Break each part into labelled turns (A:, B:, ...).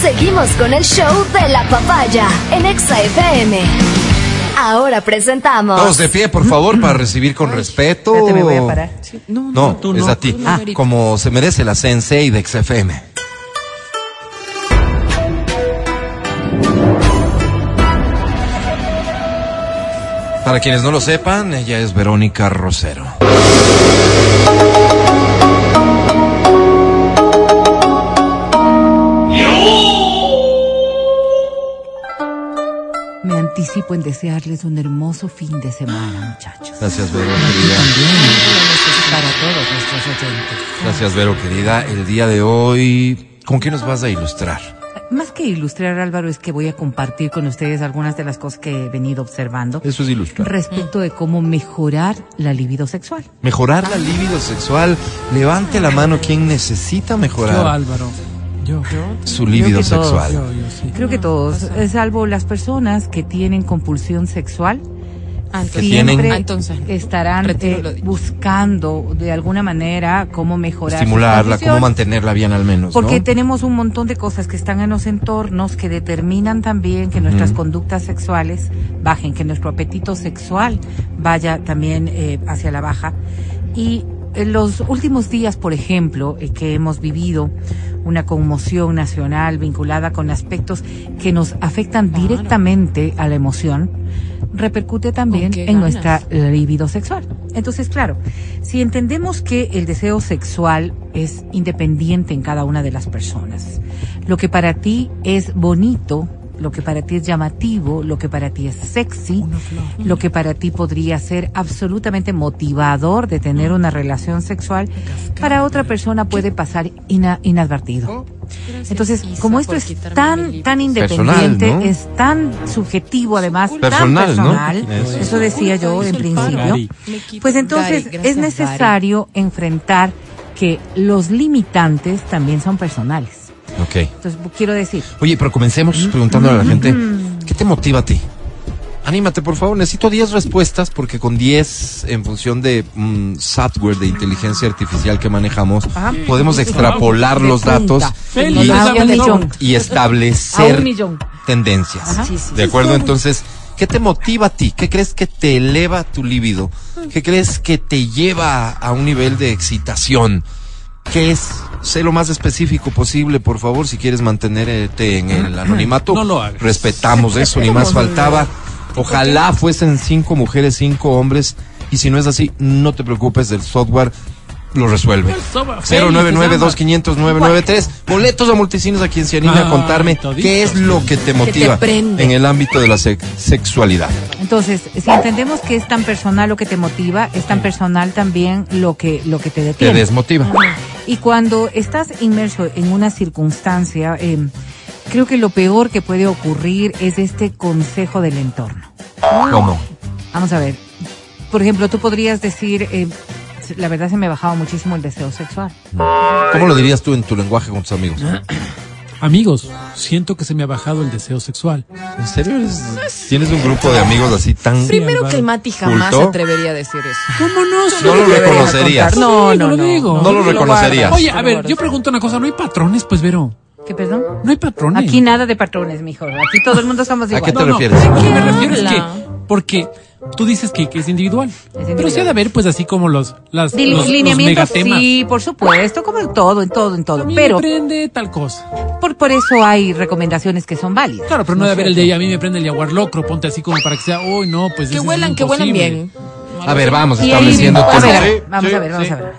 A: Seguimos con el show de la papaya en Exa FM. Ahora presentamos.
B: Todos de pie, por favor, para recibir con respeto.
C: Espérate, me voy a parar. Ah.
B: No, es a ti. como se merece la sensei de XFM. Para quienes no lo sepan, ella es Verónica Rosero.
C: Me anticipo en desearles un hermoso fin de semana, muchachos.
B: Gracias, Vero, querida.
C: Para todos nuestros oyentes.
B: Gracias, Vero, querida. El día de hoy, ¿con qué nos vas a ilustrar?
C: Más que ilustrar, Álvaro, es que voy a compartir con ustedes algunas de las cosas que he venido observando
B: Eso es ilustrar.
C: respecto de cómo mejorar la libido sexual.
B: Mejorar
C: Ah.
B: la libido sexual. Levante la mano quien necesita
D: Yo,
B: mejorar
D: Álvaro. Yo.
B: su libido
C: que todos,
B: sexual.
D: Yo, yo, sí.
C: Creo que todos, eh, salvo las personas que tienen compulsión sexual,
E: Ah,
B: Que
E: entonces,
B: tienen-
C: siempre
E: Ah, entonces, no.
C: estarán
E: Retiro
C: eh,
E: lo dicho.
C: buscando de alguna manera cómo mejorar sus
B: Estimularla, cómo
C: condiciones.
B: mantenerla bien al menos.
C: Porque
B: ¿no?
C: tenemos un montón de cosas que están en los entornos que determinan también que nuestras conductas sexuales bajen, que nuestro apetito sexual vaya también eh, hacia la baja. Y en los últimos días, por ejemplo, eh, que hemos vivido una conmoción nacional vinculada con aspectos que nos afectan directamente a la emoción, repercute también
E: ¿Con qué
C: en
E: ganas?
C: nuestra la libido sexual. Entonces, claro, si entendemos que el deseo sexual es independiente en cada una de las personas, lo que para ti es bonito, lo que para ti es llamativo, lo que para ti es sexy, lo que para ti podría ser absolutamente motivador de tener
E: Mm.
C: una relación sexual, para otra persona puede pasar ina- inadvertido.
E: Oh. Gracias,
C: Entonces,
E: Isa,
C: como esto
E: por
C: es
E: quitarme mi
C: tan
E: libido.
C: tan
B: Personal,
C: independiente,
B: ¿no?
C: es tan subjetivo además,
B: Personal,
C: tan
B: ¿no?
C: personal,
B: Eso.
C: eso decía yo
E: Culpa,
C: en
E: hizo el paro.
C: principio.
D: Gary.
E: Me quito-
C: Pues entonces
E: Gary,
C: es
E: gracias,
C: necesario enfrentar que los limitantes también son personales.
B: Ok.
C: Entonces bu- quiero decir,
B: Oye, pero comencemos preguntándole a la gente,
C: Mm.
B: ¿qué te motiva a ti? Anímate, por favor, necesito 10 respuestas porque con 10, en función de mm, software de inteligencia artificial que manejamos,
C: Ajá.
B: podemos extrapolar los
C: de punta.
B: datos
D: Feliz
B: y,
C: a un
D: Navidad.
C: millón,
B: y
C: a un
B: establecer
C: millón.
B: tendencias.
C: Ajá.
E: Sí, sí,
B: ¿De acuerdo? Entonces, ¿qué te motiva a ti? ¿Qué crees que te eleva tu libido? ¿Qué crees que te lleva a un nivel de excitación? ¿Qué es? Sé lo más específico posible, por favor, si quieres mantenerte en el anonimato.
D: No lo hagas.
B: Respetamos eso, ni más faltaba. Ojalá fuesen cinco mujeres, cinco hombres. Y si no es así, no te preocupes, el software lo resuelve.
D: software, feliz,
B: 099-2500-993. Boletos a multicines a quien se anime a
D: Ah,
B: contarme
D: toditos.
B: qué es lo que te motiva
E: prende.
B: en el ámbito de la sex- sexualidad.
C: Entonces, si entendemos que es tan personal lo que te motiva, es tan personal también lo que lo que te
B: Te
C: detiene.
B: desmotiva.
C: Y cuando estás inmerso en una circunstancia, eh, creo que lo peor que puede ocurrir es este consejo del entorno.
B: ¿Cómo?
C: Vamos a ver. Por ejemplo, tú podrías decir, eh, la verdad se me bajaba muchísimo el deseo sexual.
B: ¿Cómo lo dirías tú en tu lenguaje con tus amigos?
C: ¿Ah?
D: Amigos, siento que se me ha bajado el deseo sexual.
B: ¿En serio? eres- ¿Tienes un grupo de amigos así tan...
E: Primero que el Mati jamás
B: ¿Culto?
E: se atrevería a decir eso.
D: ¿Cómo no?
B: No lo
E: debería
B: reconocerías.
E: contar. No,
D: Sí,
E: no,
D: no lo
E: no.
D: digo.
B: No lo
E: guardas.
B: reconocerías.
D: Oye, a ver, yo
E: Te lo guardas.
D: pregunto una cosa, ¿no hay patrones, pues, Vero?
C: ¿Qué, perdón?
D: No hay patrones.
C: Aquí nada de patrones, mijo. Aquí todo el mundo somos
B: ¿A
C: igual.
B: qué te
D: No, no.
B: refieres?
D: Lo que me refiero es que,
E: habla?
D: porque tú dices que, que es, individual, Pero
C: individual.
D: se ha de haber, pues, así como los, las,
C: Di-
D: los, los
C: lineamientos,
D: megatemas.
C: sí, por supuesto, como en todo, en todo, en
D: A
C: todo.
D: mí
C: Pero
D: me prende tal cosa.
C: por, por eso hay recomendaciones que son válidas.
D: Claro, pero no
C: ¿No
D: debe
C: es
D: haber el
C: cierto?
D: de ella. A mí me prende el jaguar locro. Ponte así como para que sea, uy, no, pues.
E: Que
D: ese es
E: huelan, que huelan
D: imposible".
E: bien.
B: A ver, vamos,
C: Y ahí-
B: estableciendo
C: a
B: temas.
C: ver, a ver,
B: Sí,
C: vamos
B: sí,
C: a ver, vamos
B: sí.
C: a ver.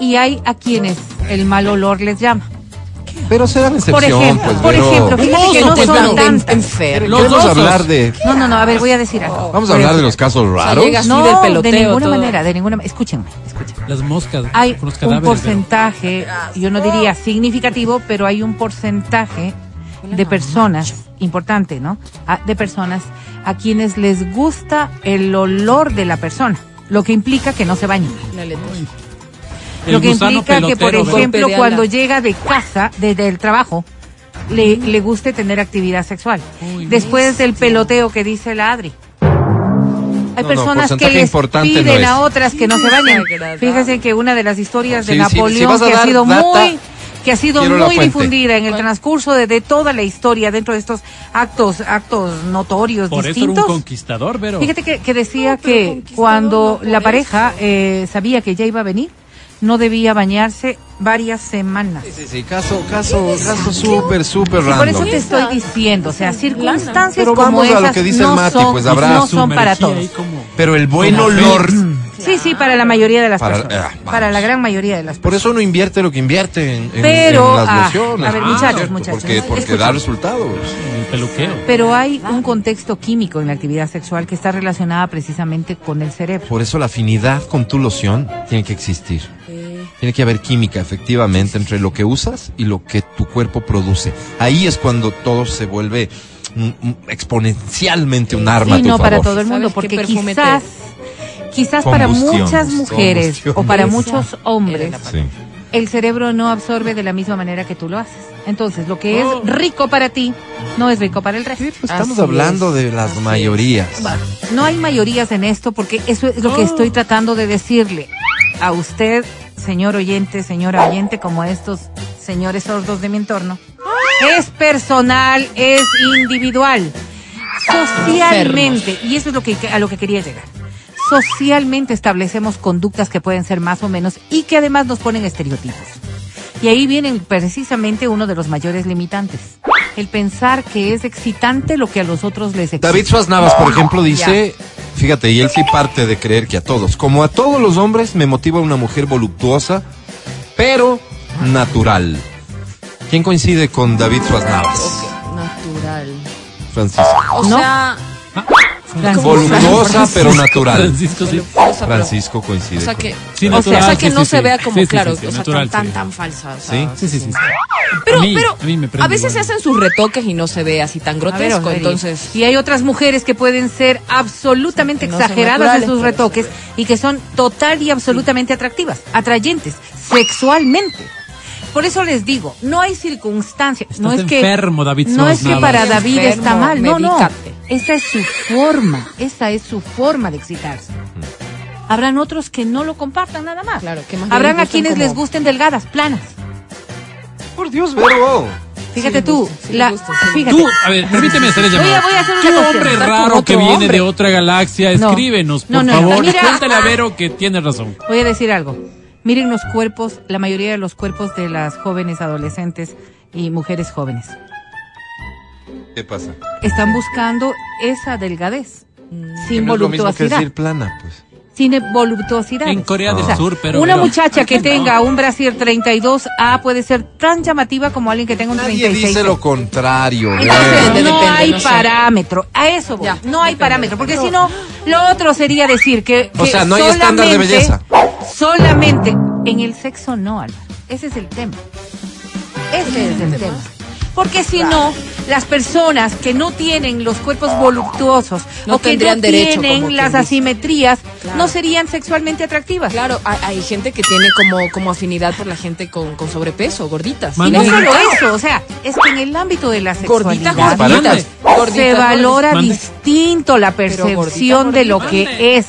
C: Y hay a quienes el mal olor les llama.
B: Pero se dan
C: Por
B: excepción,
C: ejemplo,
B: pues,
C: por
B: pero-
C: ejemplo, fíjate que no
E: pues,
C: son
E: bueno, en-
C: tantas.
E: enfermo.
D: Los
B: Queremos
D: osos.
B: hablar de...
C: No, no, no, a ver, voy a decir algo.
B: Vamos a hablar
C: Por
B: de
C: ejemplo.
B: los casos raros.
E: llega- así
C: No,
E: del peloteo,
C: de ninguna
E: todo.
C: manera, de ninguna manera. Escúchenme, escúchenme.
D: Las moscas.
C: Hay
D: con los
C: un
D: cadáveres. Vero.
C: porcentaje, yo no diría significativo, pero hay un porcentaje de personas, importante, ¿no? A- De personas a quienes les gusta el olor de la persona, lo que implica que no se bañan.
E: La letra.
D: El
C: lo que
D: gusano
C: implica que, por
D: pelotero, Vero.
C: ejemplo,
E: Golpe de
C: cuando
E: ala.
C: llega de casa, desde el trabajo, le, le guste tener actividad sexual.
D: Uy,
C: Después del peloteo que dice la Adri. Hay
B: No, no,
C: personas que
B: porcentaje
C: les
B: importante no
C: piden
B: es.
C: a otras que no se bañen.
E: desagradable.
C: Fíjense que una de las historias de
B: Sí, sí, sí
C: Napoleón
B: vas a
C: que ha
B: dar
C: sido
B: data,
C: muy que ha sido
B: Quiero la
C: muy
B: fuente.
C: difundida en el transcurso de, de toda la historia dentro de estos actos actos notorios
D: Por eso era un
C: distintos.
D: conquistador, Vero.
C: Fíjate que, que decía
E: No, pero
C: que
E: conquistador
C: cuando
E: no,
C: la
E: por
C: pareja
E: eso.
C: eh, sabía que ya iba a venir, no debía bañarse varias semanas.
B: Sí, sí, sí, caso, caso, caso súper, súper
C: Por
B: random.
C: eso te estoy diciendo, o sea, circunstancias
B: Pero
C: como
B: vamos a lo
C: esas
B: que dice el
C: no,
B: Mati,
C: son,
B: pues habrá-
C: no son para
D: Sumergí
C: todos.
D: ahí como-
B: Pero el buen
D: Como
B: olor.
D: Félix.
C: Sí, sí, para la mayoría de las
B: Para- ah,
C: personas.
B: vamos.
C: para la gran mayoría de las
B: Por
C: personas.
B: eso uno invierte lo que invierte en, en-
C: Pero,
B: en
C: ah,
B: las lociones.
C: a ver,
B: por
C: muchachos,
B: cierto,
C: muchachos,
B: Porque, porque
C: escuchen.
B: da resultados.
D: El peluqueo.
C: Pero hay un contexto químico en la actividad sexual que está relacionada precisamente con el cerebro.
B: Por eso la afinidad con tu loción tiene que existir. Tiene que haber química, efectivamente, entre lo que usas y lo que tu cuerpo produce. Ahí es cuando todo se vuelve mm, mm, exponencialmente un arma.
C: Sí,
B: a tu
C: no para
B: favor.
C: todo el mundo,
E: ¿Sabes qué
C: porque
E: perfume te-
C: quizás, quizás para
B: Combustión,
C: muchas mujeres
B: combustión.
C: o para
E: Esa
C: muchos
E: era
C: hombres,
E: la palabra.
B: Sí.
C: el cerebro no absorbe de la misma manera que tú lo haces. Entonces, lo que es rico para ti no es rico para el resto.
B: pues Estamos
E: Así
B: hablando
E: es,
B: de las
E: así es.
B: mayorías.
C: No hay mayorías en esto porque eso es lo que estoy tratando de decirle a usted, señor oyente, señora oyente, como a estos señores sordos de mi entorno. Es personal, es individual. Socialmente, y eso es lo que a lo que quería llegar. Socialmente establecemos conductas que pueden ser más o menos y que además nos ponen estereotipos. Y ahí viene precisamente uno de los mayores limitantes. El pensar que es excitante lo que a los otros les excita.
B: David Suaz Navas, por ejemplo, dice, fíjate, y él sí parte de creer que a todos, como a todos los hombres, me motiva una mujer voluptuosa, pero natural. ¿Quién coincide con David Suaz Navas?
E: Natural.
B: Francisco.
E: O
C: No.
E: sea,
C: Francisco.
B: Voluptuosa, pero natural.
D: Ah, Francisco, sí.
E: voluptuosa, pero-
B: Francisco coincide.
E: O sea
B: con-
E: que,
D: Sí,
E: o sea,
D: natural,
E: o sea que
D: sí,
E: no
D: sí,
E: se
D: sí.
E: vea como
D: Sí, sí,
E: claro,
D: sí,
E: o sea,
D: natural,
E: tan,
D: sí.
E: tan, tan falsa. o sea,
B: Sí,
D: Sí, sí, sí. sí.
E: Pero,
D: A mí-
E: pero,
D: a mí me prende
E: a veces
D: igual.
E: se hacen sus retoques y no se ve así tan
C: A ver,
E: grotesco,
C: Valeria.
E: entonces.
C: Y hay otras mujeres que pueden ser absolutamente
E: Que no son
C: exageradas en
E: naturales,
C: sus
E: pero
C: retoques y que son total y absolutamente atractivas, atrayentes, sexualmente. Por eso les digo, no hay circunstancias. no es que,
D: enfermo, David
C: No
D: Sos,
C: es que
D: nada.
C: para
E: Estás
C: David está
E: enfermo,
C: mal. No, no.
E: medícate.
C: Esa es su forma. Esa es su forma de excitarse.
D: Mm.
C: Habrán otros que no lo compartan nada más.
E: Claro, que más bien
C: Habrán
E: les
C: a
E: gustan
C: quienes les
E: como-
C: gusten delgadas, planas.
B: Por Dios, pero...
C: Fíjate
E: les
C: tú,
E: gusta, sí les
C: la,
E: gusta, sí les
C: fíjate.
D: Tú, a ver, permíteme hacer el
C: Voy a-
D: llamado.
C: voy a hacer una
D: ¿Qué
C: cosa.
D: hombre
C: Estar
E: con
D: raro
E: otro
D: que viene
E: hombre.
D: de otra galaxia?
C: No.
D: Escríbenos,
C: No,
D: por
C: no, no.
D: favor.
C: Mira. ah.
D: Cuéntale a Vero que tiene razón.
C: Voy a decir algo. Miren los cuerpos, la mayoría de los cuerpos de las jóvenes adolescentes y mujeres jóvenes.
B: ¿Qué pasa?
C: Están buscando esa delgadez,
D: Mm.
B: Que
C: sin
B: no es lo mismo que
C: voluptuosidad.
B: decir plana, pues.
C: Sin voluptuosidad.
D: En Corea del
B: Ah.
D: Sur, pero.
C: una
D: Vero,
C: muchacha
D: ay,
C: que
D: no.
C: tenga un brasier 32A puede ser tan llamativa como alguien que tenga un
B: Nadie
C: 36.
B: dice lo contrario.
C: Entonces,
E: Depende,
B: Vero.
C: no
E: depende,
C: hay
E: no sé.
C: parámetro. A eso voy.
E: Ya,
C: no hay
E: depende,
C: parámetro. Porque
E: depende.
C: si no, lo otro sería decir que.
B: O
C: que
B: sea, no hay estándar de
C: solamente-
B: belleza.
C: Solamente. En el sexo no, Álvaro. Ese es el tema. Ese es el tema. Porque si no, las personas que no tienen los cuerpos voluptuosos
E: No
C: o que no
E: tendrían derecho, como
C: tienen
E: quien
C: las
E: dice.
C: asimetrías,
E: Claro.
C: no serían sexualmente atractivas.
E: Claro, hay, hay gente que tiene como, como afinidad por la gente con, con sobrepeso, gorditas.
C: Y
D: Mande.
C: no
D: Manden-
C: solo eso, o sea, es que en el ámbito de la sexualidad
E: Gorditas, gorditas.
D: Mande.
E: gorditas,
C: se
E: gorditas.
C: valora
D: Mande.
C: distinto la percepción
E: gordita,
C: de lo
D: gordita.
C: que es.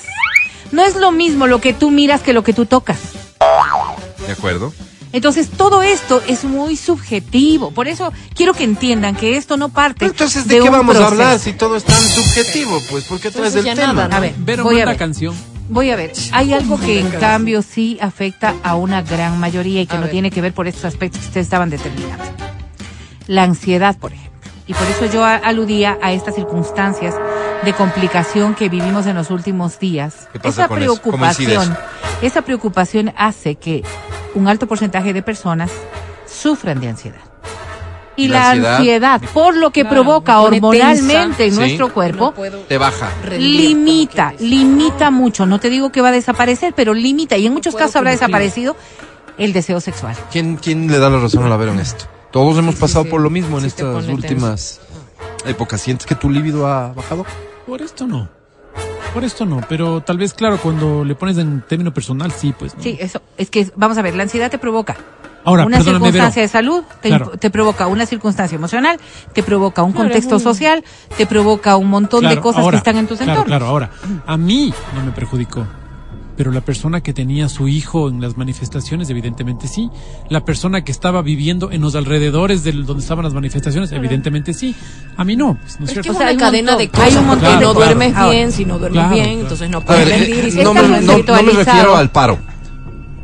C: No es lo mismo lo que tú miras que lo que tú tocas.
B: ¿De acuerdo?
C: Entonces todo esto es muy subjetivo. Por eso quiero que entiendan que esto no parte.
B: Entonces, ¿de, qué
C: un
B: vamos
C: proceso.
B: a hablar si todo es tan subjetivo? Pues, ¿por qué traes el
E: Entonces ya
B: tema?
E: nada, ¿no?
C: A ver,
D: Vero,
C: voy a
D: manda
C: ver.
D: canción.
C: Voy a ver, hay algo que en cambio sí afecta a una gran mayoría y que
E: A
C: no
E: ver.
C: tiene que ver por estos aspectos que ustedes estaban determinando. La ansiedad, por ejemplo. Y por eso yo a- aludía a estas circunstancias de complicación que vivimos en los úlimos días.
B: ¿Qué pasa
C: Esa
B: con eso? ¿Cómo incide
C: preocupación, esa preocupación hace que un alto porcentaje de personas sufran de ansiedad. Y
B: La
C: la
B: ansiedad-
C: ansiedad, por lo que
E: Claro,
C: provoca
E: me pone
C: hormonalmente
E: tensa.
C: en
B: Sí.
C: nuestro cuerpo,
E: No puedo
B: Te baja.
E: rendir, como
C: limita,
E: quien dice.
C: limita mucho. No te digo que va a desaparecer, pero limita. Y en muchos
D: puedo
C: casos habrá
D: cumplir.
C: desaparecido el deseo sexual.
B: ¿Quién, ¿Quién le da la razón a la Vero en esto? Todos hemos
E: sí,
B: pasado
E: sí.
B: por lo mismo en
E: Sí te
B: estas
E: pone
B: últimas
C: Ah.
B: épocas. ¿Sientes que tu líbido ha bajado?
D: Por esto no. Por esto no, pero tal vez, claro, cuando le pones en término personal, sí, pues. ¿no?
C: Sí, eso. Es que, vamos a ver, la ansiedad te provoca
D: Ahora,
C: una
D: perdóname, Vero.
C: circunstancia de salud, te,
D: Claro.
C: imp- te provoca una circunstancia emocional, te provoca un
E: Claro,
C: contexto
E: es un-
C: social, te provoca un montón de
D: Claro,
C: cosas
D: ahora,
C: que están en tus
D: claro,
C: entornos.
D: Claro, ahora. A mí no me perjudicó. pero la persona que tenía a su hijo en las manifestaciones, evidentemente sí. La persona que estaba viviendo en los alrededores de donde estaban las manifestaciones, evidentemente sí. A mí no, pues, ¿no es
E: Es que
D: cierto?
E: es
C: O sea, hay
E: una
C: un
E: cadena
C: montón.
E: de cosas.
C: Hay un
E: porque
D: montón de
E: no
D: cosas.
E: duermes
C: Ahora.
E: bien, si no duermes
D: Claro,
E: bien,
D: claro.
E: entonces no
B: A
E: puedes
B: ver,
E: rendir.
B: eh,
E: y si
B: no,
E: estás
B: me, no- no me
C: espiritualizado.
B: refiero al paro,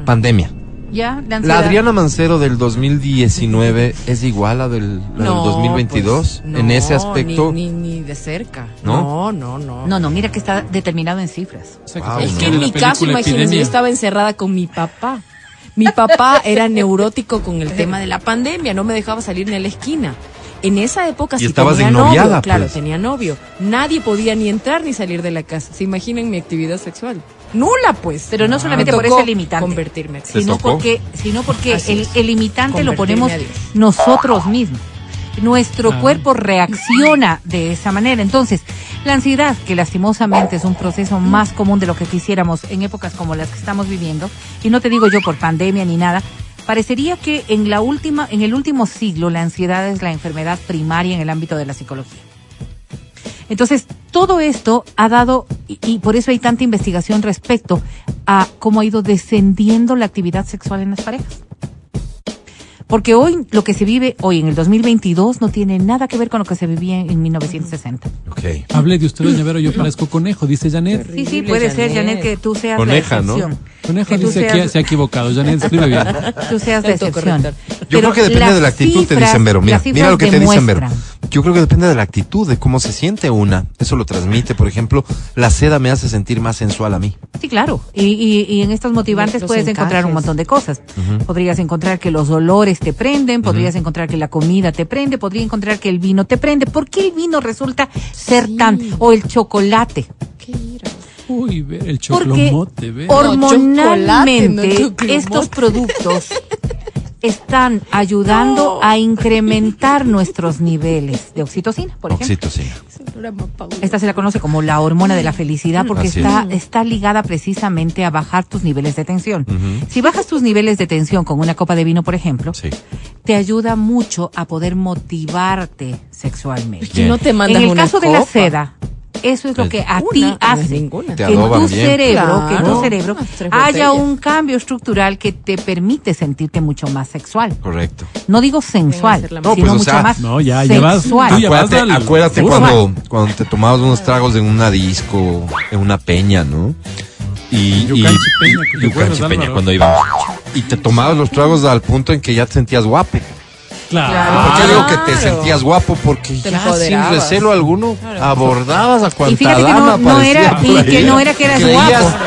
B: pandemia.
C: Ya, la
B: La
C: ansiedad.
B: Adriana Mancero del 2019 es igual a del, la del
E: No,
C: pues,
B: 2022
E: pues,
B: en ese
E: no,
B: aspecto.
E: Ni, ni, ni de cerca.
B: ¿No?
E: No, no, no.
C: No, no, mira que está determinado en cifras.
D: O sea,
B: Wow,
E: Es
D: como
E: que
D: en
E: en
D: la
E: mi caso,
D: película
E: imagínense, yo
D: Epidemia.
E: estaba encerrada con mi papá. Mi papá era neurótico con el tema de la pandemia, no me dejaba salir ni a la esquina. En esa época
B: Y
E: sí
B: estabas
E: tenía
B: ennoviada,
E: novio, claro,
B: pues.
E: tenía novio. Nadie podía ni entrar ni salir de la casa. ¿Se imaginan mi actividad sexual? Nula, pues.
C: Pero no solamente
E: Me
C: por
E: tocó
C: ese limitante.
E: Convertirme.
B: Sí.
C: sino
B: tocó?
C: porque sino porque
E: Así
C: el,
E: es.
C: el limitante lo
E: Convertirme
C: ponemos
E: a Dios.
C: nosotros mismos. Nuestro
D: Ah.
C: cuerpo reacciona de esa manera. Entonces, la ansiedad, que lastimosamente es un proceso más común de lo que quisiéramos en épocas como las que estamos viviendo, y no te digo yo por pandemia ni nada, parecería que en la última en el último siglo la ansiedad es la enfermedad primaria en el ámbito de la psicología. Entonces, todo esto ha dado, y, y por eso hay tanta investigación respecto a cómo ha ido descendiendo la actividad sexual en las parejas. Porque hoy lo que se vive hoy en el 2022 no tiene nada que ver con lo que se vivía en 1960.
B: Ok.
D: Hable de usted, doña Vero, yo parezco conejo, dice Janet.
C: Sí, sí,
E: Horrible,
C: puede ser, Janet,
E: Janet,
C: que tú seas
B: Coneja,
C: la
B: ¿no?
C: excepción.
D: Conejo
C: Que tú
D: dice que
C: seas-
D: se ha equivocado. Janet, escribe bien.
C: Tú seas la excepción.
E: Autocorrector.
B: Yo
C: Pero
B: creo que depende
C: las
B: de la actitud, te
C: cifras-
B: dicen Vero. Mira,
C: las cifras
B: mira lo que te dicen Vero.
C: demuestran.
B: Yo creo que depende de la actitud, de cómo se siente una. Eso lo transmite. Por ejemplo, la seda me hace sentir más sensual a mí.
C: Sí, claro. Y, y- y en estos motivantes
E: Los
C: puedes encontrar un
E: encajes.
C: montón de cosas.
B: Ujú.
C: Podrías encontrar que los dolores te prenden, podrías encontrar que la comida te prende, podrías encontrar que el vino te prende. ¿Por qué el vino resulta ser
E: Sí.
C: tan... o el chocolate?
E: ¿Qué era?
D: Uy, Vero,
C: Porque
D: el choclomote, Vero.
E: chocolate, no
C: hormonalmente
E: choclomote.
C: estos productos están ayudando
E: No.
C: a incrementar nuestros niveles de oxitocina, por ejemplo.
B: Oxitocina.
E: Ese no era más pausa.
C: Esta se la conoce como la hormona de la
E: Mm.
C: felicidad porque
B: Así
C: está, está ligada precisamente a bajar tus niveles de tensión.
B: Ujú.
C: Si bajas tus niveles de tensión con una copa de vino, por ejemplo,
B: Sí.
C: te ayuda mucho a poder motivarte sexualmente.
E: Que no te
C: En
E: mandan
C: el
E: una
C: caso de la
E: copa.
C: seda, eso es lo que a
E: Una,
C: ti
E: no es
C: hace
E: ninguna.
B: Te
C: que en
B: adoban
C: tu
B: bien.
C: cerebro, que en tu
E: Claro.
C: cerebro
E: Unas tres
C: haya
E: botellas.
C: un cambio estructural que te permite sentirte mucho más sexual.
B: Correcto.
C: No digo sensual,
E: hacer la
C: sino
E: No,
B: pues, o
C: mucho
B: sea,
C: más
D: no, ya, ya vas-
C: sexual.
D: tú ya vas
B: Acuérdate,
D: al-
B: acuérdate
D: Ufa.
B: cuando, cuando te tomabas unos tragos en una disco, en una peña, ¿no? Y, y
D: Yucanchi Peña, que te
B: Yucanchi
D: acuerdas,
B: Peña,
D: Álvaro.
B: cuando íbamos. Y te tomabas los tragos al punto en que ya te sentías guapo.
D: Claro.
B: ¿Por qué digo que te
E: Claro.
B: sentías guapo? Porque
E: Te
B: ya sin
E: empoderabas.
B: recelo alguno abordabas a cuanta
C: Y fíjate que
B: dama
C: no- no
B: aparecía
C: era-
B: por
C: y
B: ahí.
C: que no era que eras
B: creías,
C: guapo.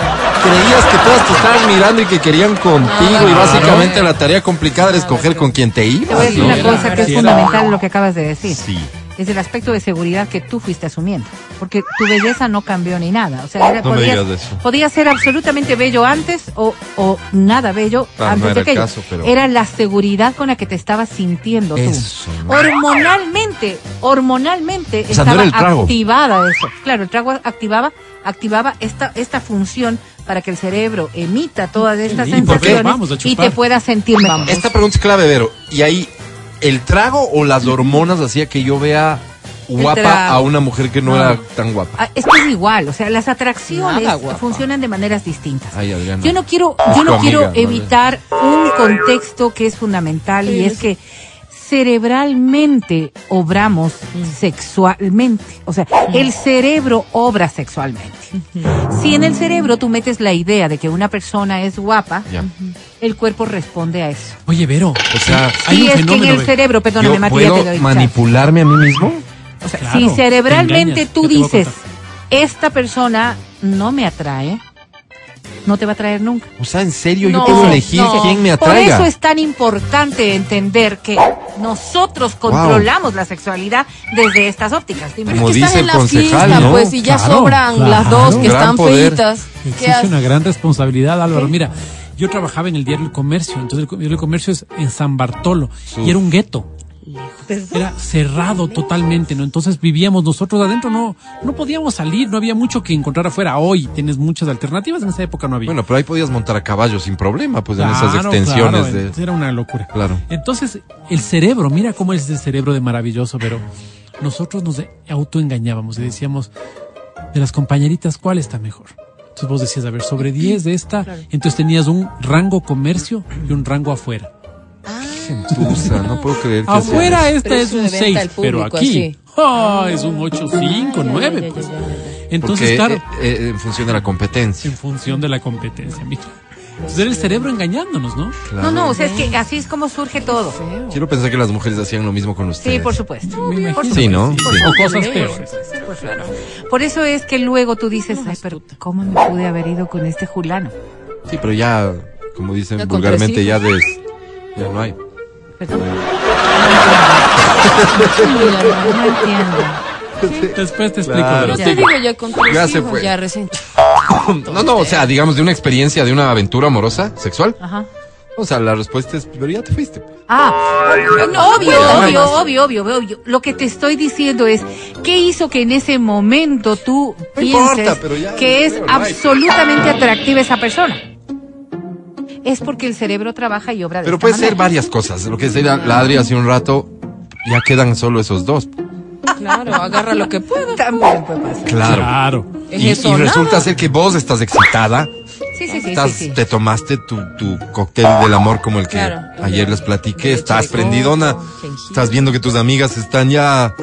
B: Creías que todas te estaban mirando y que querían contigo y básicamente la tarea complicada era escoger con quién te
C: Te voy a
B: ibas,
C: decir
B: ¿no?
C: una cosa que es
D: Sí, era.
C: fundamental lo que acabas de decir.
B: Sí.
C: Es el aspecto de seguridad que tú fuiste asumiendo. Porque tu belleza no cambió ni nada. O sea, era-
B: No me
C: podías,
B: digas eso.
C: podías ser absolutamente bello antes o, o nada bello
B: Claro,
C: antes
B: no era
C: de
B: el
C: aquello.
B: caso, pero-
C: Era la seguridad con la que te estabas sintiendo tú.
B: Eso, ¿no?
C: Hormonalmente, hormonalmente
B: O sea, no
C: estaba
B: era el trago.
C: activada eso. Claro, el trago activaba, activaba esta, esta función para que el cerebro emita todas estas
D: ¿Y por qué?
C: sensaciones
D: Vamos a
C: y
D: chupar.
C: te puedas sentir mejor.
B: Esta pregunta es clave, Vero. Y ahí, ¿el trago o las hormonas hacía que yo vea guapa
E: trago.
B: a una mujer que no,
C: No.
B: era tan guapa?
C: Ah, Es que es igual, o sea, las atracciones
E: Nada, guapa.
C: funcionan de maneras distintas.
B: Ay, Adriana.
C: Yo no quiero, yo
B: Tu
C: no
B: amiga,
C: quiero
B: ¿no?
C: evitar un contexto que es fundamental y es que cerebralmente obramos sexualmente, o sea, el cerebro obra sexualmente. Si en el cerebro tú metes la idea de que una persona es guapa,
B: Ya.
C: el cuerpo responde a eso.
D: Oye, Vero, o
B: sea,
D: hay
C: y
D: un
C: es que en
D: fenómeno.
C: el
D: Vero.
C: cerebro, perdóname,
B: ¿Yo
C: Matías, te doy
B: puedo
C: chance.
B: manipularme a mí mismo?
C: O sea,
D: Claro,
C: si
D: te
C: cerebralmente
D: engañas,
C: tú
D: yo te voy a
C: dices,
D: contar.
C: esta persona no me atrae, no te va a atraer nunca.
B: O sea, en serio, yo
E: No,
B: puedo elegir
E: no.
B: quién me
C: Por
B: atraiga.
C: eso es tan importante entender que nosotros controlamos la sexualidad desde estas ópticas. Dime.
B: Como
E: Es que
B: dice
E: estás en
B: el
E: la
B: concejal,
E: fiesta,
B: ¿no?
E: pues, y ya
D: Claro,
E: sobran
D: claro.
E: las dos que
B: Gran
E: están
B: poder.
E: feitas. ¿Qué
D: Existe
E: haces?
D: una gran responsabilidad, Álvaro. Mira, yo trabajaba en el diario El Comercio, entonces el diario El Comercio es en San Bartolo y era un gueto. Era cerrado totalmente, ¿no? Entonces vivíamos nosotros adentro, no no podíamos salir, no había mucho que encontrar afuera. Hoy tienes muchas alternativas, en esa época no había.
B: Bueno, pero ahí podías montar a caballo sin problema, pues en esas
D: Claro,
B: extensiones
D: claro, entonces
B: de...
D: Era una locura.
B: Claro.
D: Entonces, el cerebro, mira cómo es el cerebro de maravilloso, pero nosotros nos autoengañábamos y decíamos, de las compañeritas, ¿cuál está mejor? Entonces vos decías, a ver, sobre 10 de esta, entonces tenías un rango comercio y un rango afuera.
B: Gentuza, no puedo creer que sea
D: Afuera eh,
B: eso.
D: esta
E: Precio
D: es
E: de
D: un
E: venta
D: 6,
E: al público,
D: pero aquí
E: así.
D: ah, es un 8, 5, 9. Pues.
B: Porque,
D: Entonces, claro,
B: eh, eh, en función de la competencia.
D: en función de la competencia, mira. Entonces era el cerebro engañándonos, ¿no?
B: Claro.
C: No, no, o sea, es que así es como surge todo.
B: Quiero pensar que las mujeres hacían lo mismo con ustedes.
C: Sí, por supuesto.
D: Me
C: Por
D: imagino.
B: Sí, ¿no?
D: que
B: Sí.
D: O cosas peores.
C: Por eso es que luego tú dices, ay, pero ¿cómo me pude haber ido con este Julano?
B: Sí, pero ya, como dicen
E: Ya con
B: vulgarmente,
E: tres
B: ya des, ya no hay.
C: Perdón. No entiendo.
D: Después te explico.
B: Claro.
D: pero
E: Yo
D: sí.
E: te digo ya con tres
B: Ya
E: hijos,
B: se fue.
E: ya recién.
B: No, no, o sea, digamos de una experiencia, de una aventura amorosa, sexual.
E: Ah.
C: Ajá.
B: O sea, la respuesta es, pero ya te fuiste. pues.
C: Ah,
E: no,
C: obvio,
E: no, no,
C: obvio,
E: no.
C: obvio, obvio, obvio. Lo que te estoy diciendo es, ¿qué hizo que en ese momento tú
B: No
C: pienses
B: importa, pero ya,
C: que es
B: creo, no hay.
C: absolutamente atractiva esa persona? Es porque el cerebro trabaja y obra de
B: Pero
C: esta
B: puede ser
C: manera.
B: varias cosas. Lo que decía la Adri hace un rato, ya quedan solo esos dos.
E: Claro, agarra lo que pueda.
C: También puede pasar.
B: Claro.
D: Claro.
E: Es
B: Y,
E: eso,
B: y
E: nada.
B: resulta ser que vos estás excitada,
C: Sí, sí, sí, sí,
B: estás,
C: sí.
B: te tomaste tu, tu cóctel del amor como el que
E: Claro.
B: ayer les platiqué,
E: Leche
B: estás
E: de coco,
B: prendidona,
E: jengibre.
B: estás viendo que tus amigas están ya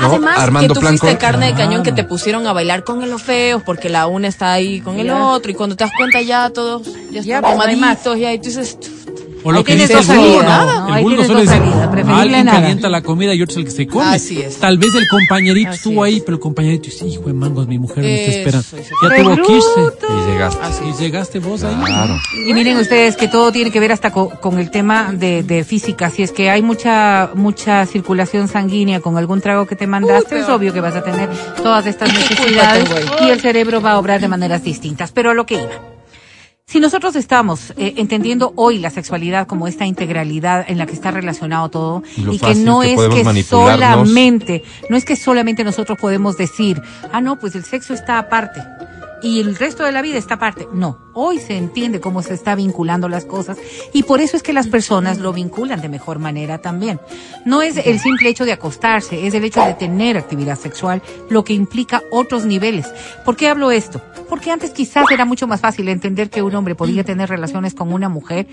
B: ¿no?
E: Además,
B: armando
E: que tú
B: plan
E: fuiste
B: con-
E: carne de cañón que
D: Claro.
E: te
C: Ah.
E: pusieron a bailar con el ofeo, porque la una está ahí con el otro, y cuando te das cuenta ya todos ya
C: Ya,
E: están
C: pues, no hay más.
E: pomaditos, ya, y tú dices, "Tuf,
D: O lo
C: Ahí
D: que
C: tienes
D: dice el
C: dos
D: vulgo,
C: salidas,
D: ¿no?
C: ¿no?
D: El
C: Ahí
D: vulgo
C: tienes
D: solo
C: dos
D: dice,
C: salidas, preferible
D: alguien
C: nada".
D: calienta la comida y otro es el que se come.
E: Así es.
D: Tal vez el compañerito
E: Así
D: estuvo
E: es.
D: ahí, pero el compañerito dice, hijo de mangos, mi mujer me está
E: Eso,
D: esperando.
E: eso.
D: Ya
C: ¡Qué
D: tuvo que irse.
C: bruto!
B: y llegaste.
E: Así
D: Y
E: es.
D: llegaste vos ahí.
B: Claro.
C: Y miren ustedes que todo tiene que ver hasta co- con, el tema de, de física. Si es que hay mucha mucha circulación sanguínea con algún trago que te mandaste, es obvio que vas a tener todas estas necesidades
E: tengo
C: y el cerebro va a obrar de maneras distintas. Pero a lo que iba. Si nosotros estamos eh, entendiendo hoy la sexualidad como esta integralidad en la que está relacionado todo
B: Y lo
C: y que
B: fácil
C: no
B: que
C: es
B: podemos
C: que
B: manipularnos.
C: solamente, no es que solamente nosotros podemos decir, ah no, pues el sexo está aparte y el resto de la vida está aparte. No, hoy se entiende cómo se está vinculando las cosas y por eso es que las personas lo vinculan de mejor manera también. No es el simple hecho de acostarse, es el hecho de tener actividad sexual, lo que implica otros niveles. ¿Por qué hablo esto? Porque antes quizás era mucho más fácil entender que un hombre podía tener relaciones con una mujer.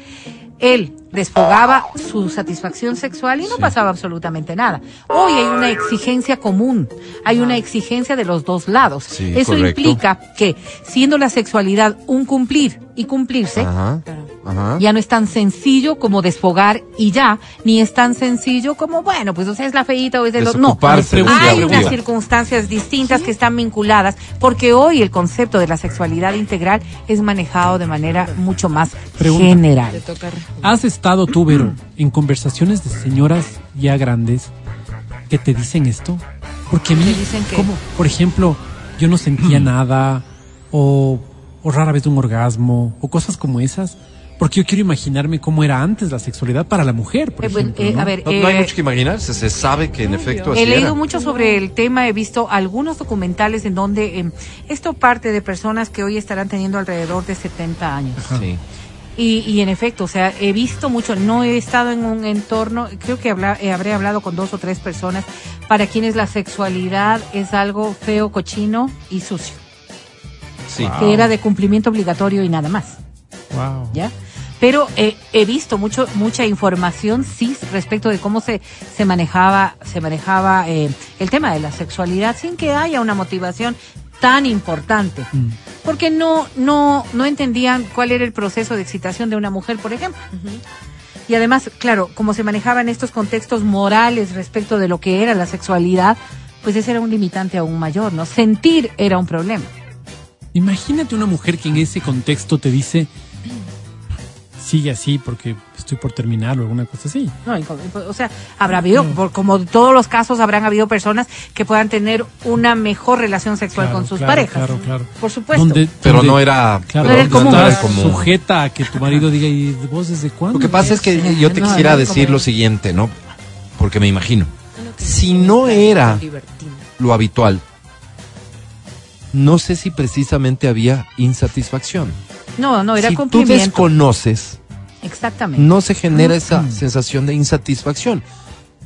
C: Él desfogaba su satisfacción sexual y no pasaba absolutamente nada. Hoy hay una exigencia común, hay una exigencia de los dos lados.
B: Sí,
C: Eso
B: correcto.
C: implica que siendo la sexualidad un cumplir y cumplirse,
B: Ajá. Ajá.
C: ya no es tan sencillo como desfogar y ya, ni es tan sencillo como, bueno, pues o sea, es la feíta o es el otro. No,
B: Desocuparse
D: no,
B: de
D: sea
C: hay
B: la
C: unas
B: vida.
C: circunstancias distintas que están vinculadas, porque hoy el concepto de la sexualidad integral es manejado de manera mucho más
D: Pregunta.
C: general.
E: toca re-
D: ¿Has estado tú, Vero,
B: Mm.
D: en conversaciones de señoras ya grandes que te dicen esto? Porque a mí,
C: dicen que-
D: como, por ejemplo, yo no sentía
B: Mm.
D: nada o, o rara vez un orgasmo o cosas como esas. Porque yo quiero imaginarme cómo era antes la sexualidad para la mujer, por
C: Eh, bueno,
D: ejemplo,
C: eh,
D: ¿no?
C: a ver,
B: Pues, No, no hay
C: eh,
B: mucho que imaginarse, se sabe que en efecto así
C: He leído
B: era.
C: mucho sobre el tema, he visto algunos documentales en donde eh, esto parte de personas que hoy estarán teniendo alrededor de 70 años.
B: Sí.
C: Y, y en efecto, o sea, he visto mucho, no he estado en un entorno, creo que habla- eh, habré hablado con dos o tres personas para quienes la sexualidad es algo feo, cochino y sucio,
B: Sí.
D: Wow.
C: que era de cumplimiento obligatorio y nada más.
D: Wow.
C: ¿ya? Pero eh, he visto mucho, mucha información, sí, respecto de cómo se, se manejaba, se manejaba eh, el tema de la sexualidad sin que haya una motivación tan importante.
D: Mm.
C: Porque no, no, no entendían cuál era el proceso de excitación de una mujer, por ejemplo. Y además, claro, como se manejaban estos contextos morales respecto de lo que era la sexualidad, pues ese era un limitante aún mayor, ¿no? Sentir era un problema.
D: Imagínate una mujer que en ese contexto te dice, sigue así porque estoy por terminar o alguna cosa así.
C: No, inco- pues, o sea, habrá habido,
D: Mm.
C: por, como todos los casos, habrán habido personas que puedan tener una mejor relación sexual
D: Claro,
C: con sus
D: claro,
C: parejas.
D: claro, claro.
C: Por supuesto.
D: Donde-
B: Pero
D: donde-
B: no era,
D: Claro,
C: No era el
D: donde
C: común.
B: no era
D: estás
B: común.
D: sujeta a que tu marido diga, ¿y vos desde cuándo?
B: Lo que pasa es que yo te
C: No,
B: quisiera
C: no,
B: decir
C: como-
B: lo siguiente, ¿no? Porque me imagino. Si no era
E: Libertino.
B: lo habitual, no sé si precisamente había insatisfacción.
C: no, no, era
B: si tú
C: cumplimiento.
B: desconoces,
C: Exactamente.
B: no se genera esa sensación de insatisfacción.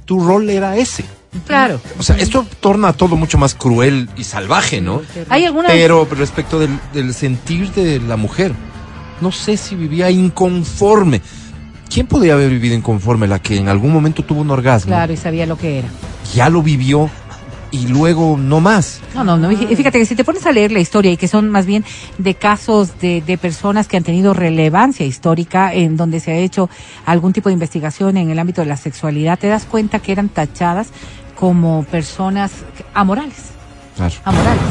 B: Tu rol era ese.
C: Claro.
B: O sea, esto torna todo mucho más cruel y salvaje, ¿no?
C: Hay algunas.
B: Pero respecto del, del sentir de la mujer, no sé si vivía inconforme. ¿Quién podría haber vivido inconforme? La que en algún momento tuvo un orgasmo,
C: Claro, y sabía lo que era.
B: ya lo vivió y luego no más.
C: No, no, no. Y fíjate que si te pones a leer la historia y que son más bien de casos de, de personas que han tenido relevancia histórica en donde se ha hecho algún tipo de investigación en el ámbito de la sexualidad, te das cuenta que eran tachadas como personas amorales.
B: Claro.
C: amorales.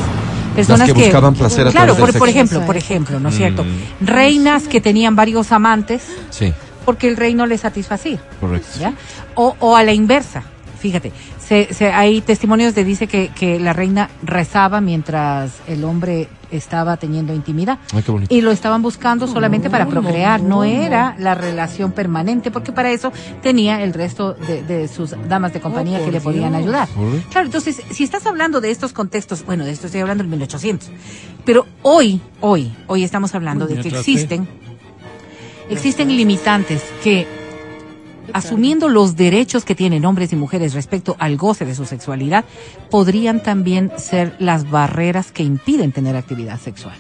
C: Personas
B: que buscaban placer a
C: Claro,
B: través del
C: por, por
B: sexo.
C: ejemplo, por ejemplo, ¿no es cierto?
B: Mm.
C: Reinas que tenían varios amantes
B: Sí,
C: porque el rey no les satisfacía.
B: correcto.
C: ¿ya? O, o a la inversa, fíjate, se, se- hay testimonios de dice que, que la reina rezaba mientras el hombre estaba teniendo intimidad.
B: Ay, qué bonito.
C: Y lo estaban buscando solamente para procrear, no era la relación permanente, porque para eso tenía el resto de, de sus damas de compañía
E: Oh,
C: que le
E: por
C: podían
E: Dios.
C: ayudar.
B: Ujú.
C: Claro, entonces, si estás hablando de estos contextos, bueno, de esto estoy hablando en 1800, pero hoy, hoy, hoy estamos hablando
D: Uy,
C: de
D: me
C: que
D: atrasé.
C: existen, existen limitantes que asumiendo los derechos que tienen hombres y mujeres respecto al goce de su sexualidad, podrían también ser las barreras que impiden tener actividad sexual.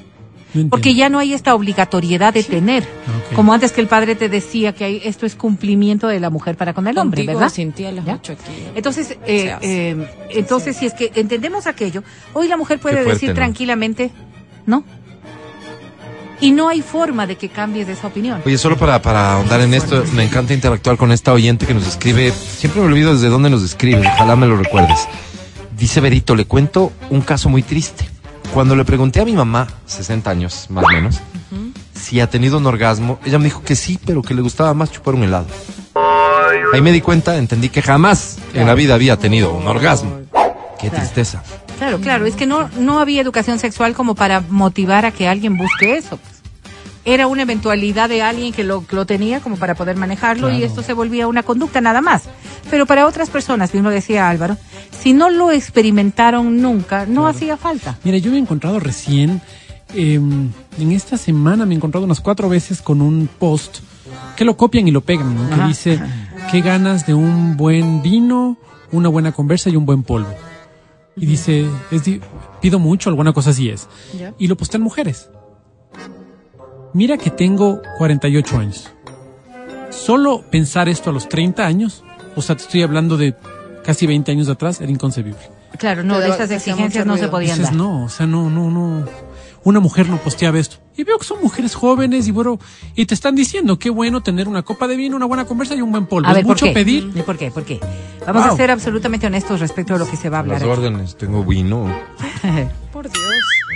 D: No
C: Porque
D: entiendo.
C: ya no hay esta obligatoriedad de tener,
D: Ok.
C: como antes que el padre te decía que hay, esto es cumplimiento de la mujer para con el hombre,
E: Contigo
C: ¿verdad?
E: sentí a las
C: ¿Ya?
E: ocho aquí.
C: Entonces, eh,
E: Se hace.
C: eh, entonces si es que entendemos aquello, hoy la mujer puede
B: Qué fuerte,
C: decir
B: ¿no?
C: tranquilamente, no. Y no hay forma de que cambies de esa opinión.
B: Oye, solo para, para ahondar en esto, me encanta interactuar con esta oyente que nos escribe. Siempre me olvido desde dónde nos escribe, ojalá me lo recuerdes. Dice Berito, le cuento un caso muy triste. Cuando le pregunté a mi mamá, 60 años más o menos, si ha tenido un orgasmo, ella me dijo que sí, pero que le gustaba más chupar un helado. Ahí me di cuenta, entendí que jamás en la vida había tenido un orgasmo. Qué tristeza.
C: Claro, claro, es que no, no había educación sexual como para motivar a que alguien busque eso. pues. Era una eventualidad de alguien que lo, lo tenía como para poder manejarlo y
D: Claro.
C: esto se volvía una conducta nada más. Pero para otras personas, bien lo decía Álvaro, si no lo experimentaron nunca, no hacía falta.
D: Mira, yo me he encontrado recién, eh, en esta semana me he encontrado unas cuatro veces con un post que lo copian y lo pegan, ¿no? que
C: Ajá.
D: dice, qué ganas de un buen vino, una buena conversa y un buen polvo. Y dice, es di- pido mucho, alguna cosa así es.
E: Ya.
D: Y lo postean mujeres. Mira que tengo 48 años. Solo pensar esto a los 30 años, o sea, te estoy hablando de casi 20 años atrás, era inconcebible.
C: Claro, no,
E: Te
C: de
E: daba-
C: esas
E: te hacía
C: exigencias
E: mucho
C: no se
E: ruido.
C: podían
D: Dices,
C: dar.
D: no, o sea, no, no, no. Una mujer no posteaba esto. Y veo que son mujeres jóvenes y bueno, y te están diciendo qué bueno tener una copa de vino, una buena conversa y un buen polvo.
C: A
D: es
C: ver, ¿por
D: mucho
C: qué?
D: pedir.
C: ¿Y ¿Por qué? ¿Por qué? Vamos a
D: Wow.
C: ser absolutamente honestos respecto a lo que se va a hablar.
B: Las
C: aquí.
B: órdenes, tengo vino,
E: Por Dios.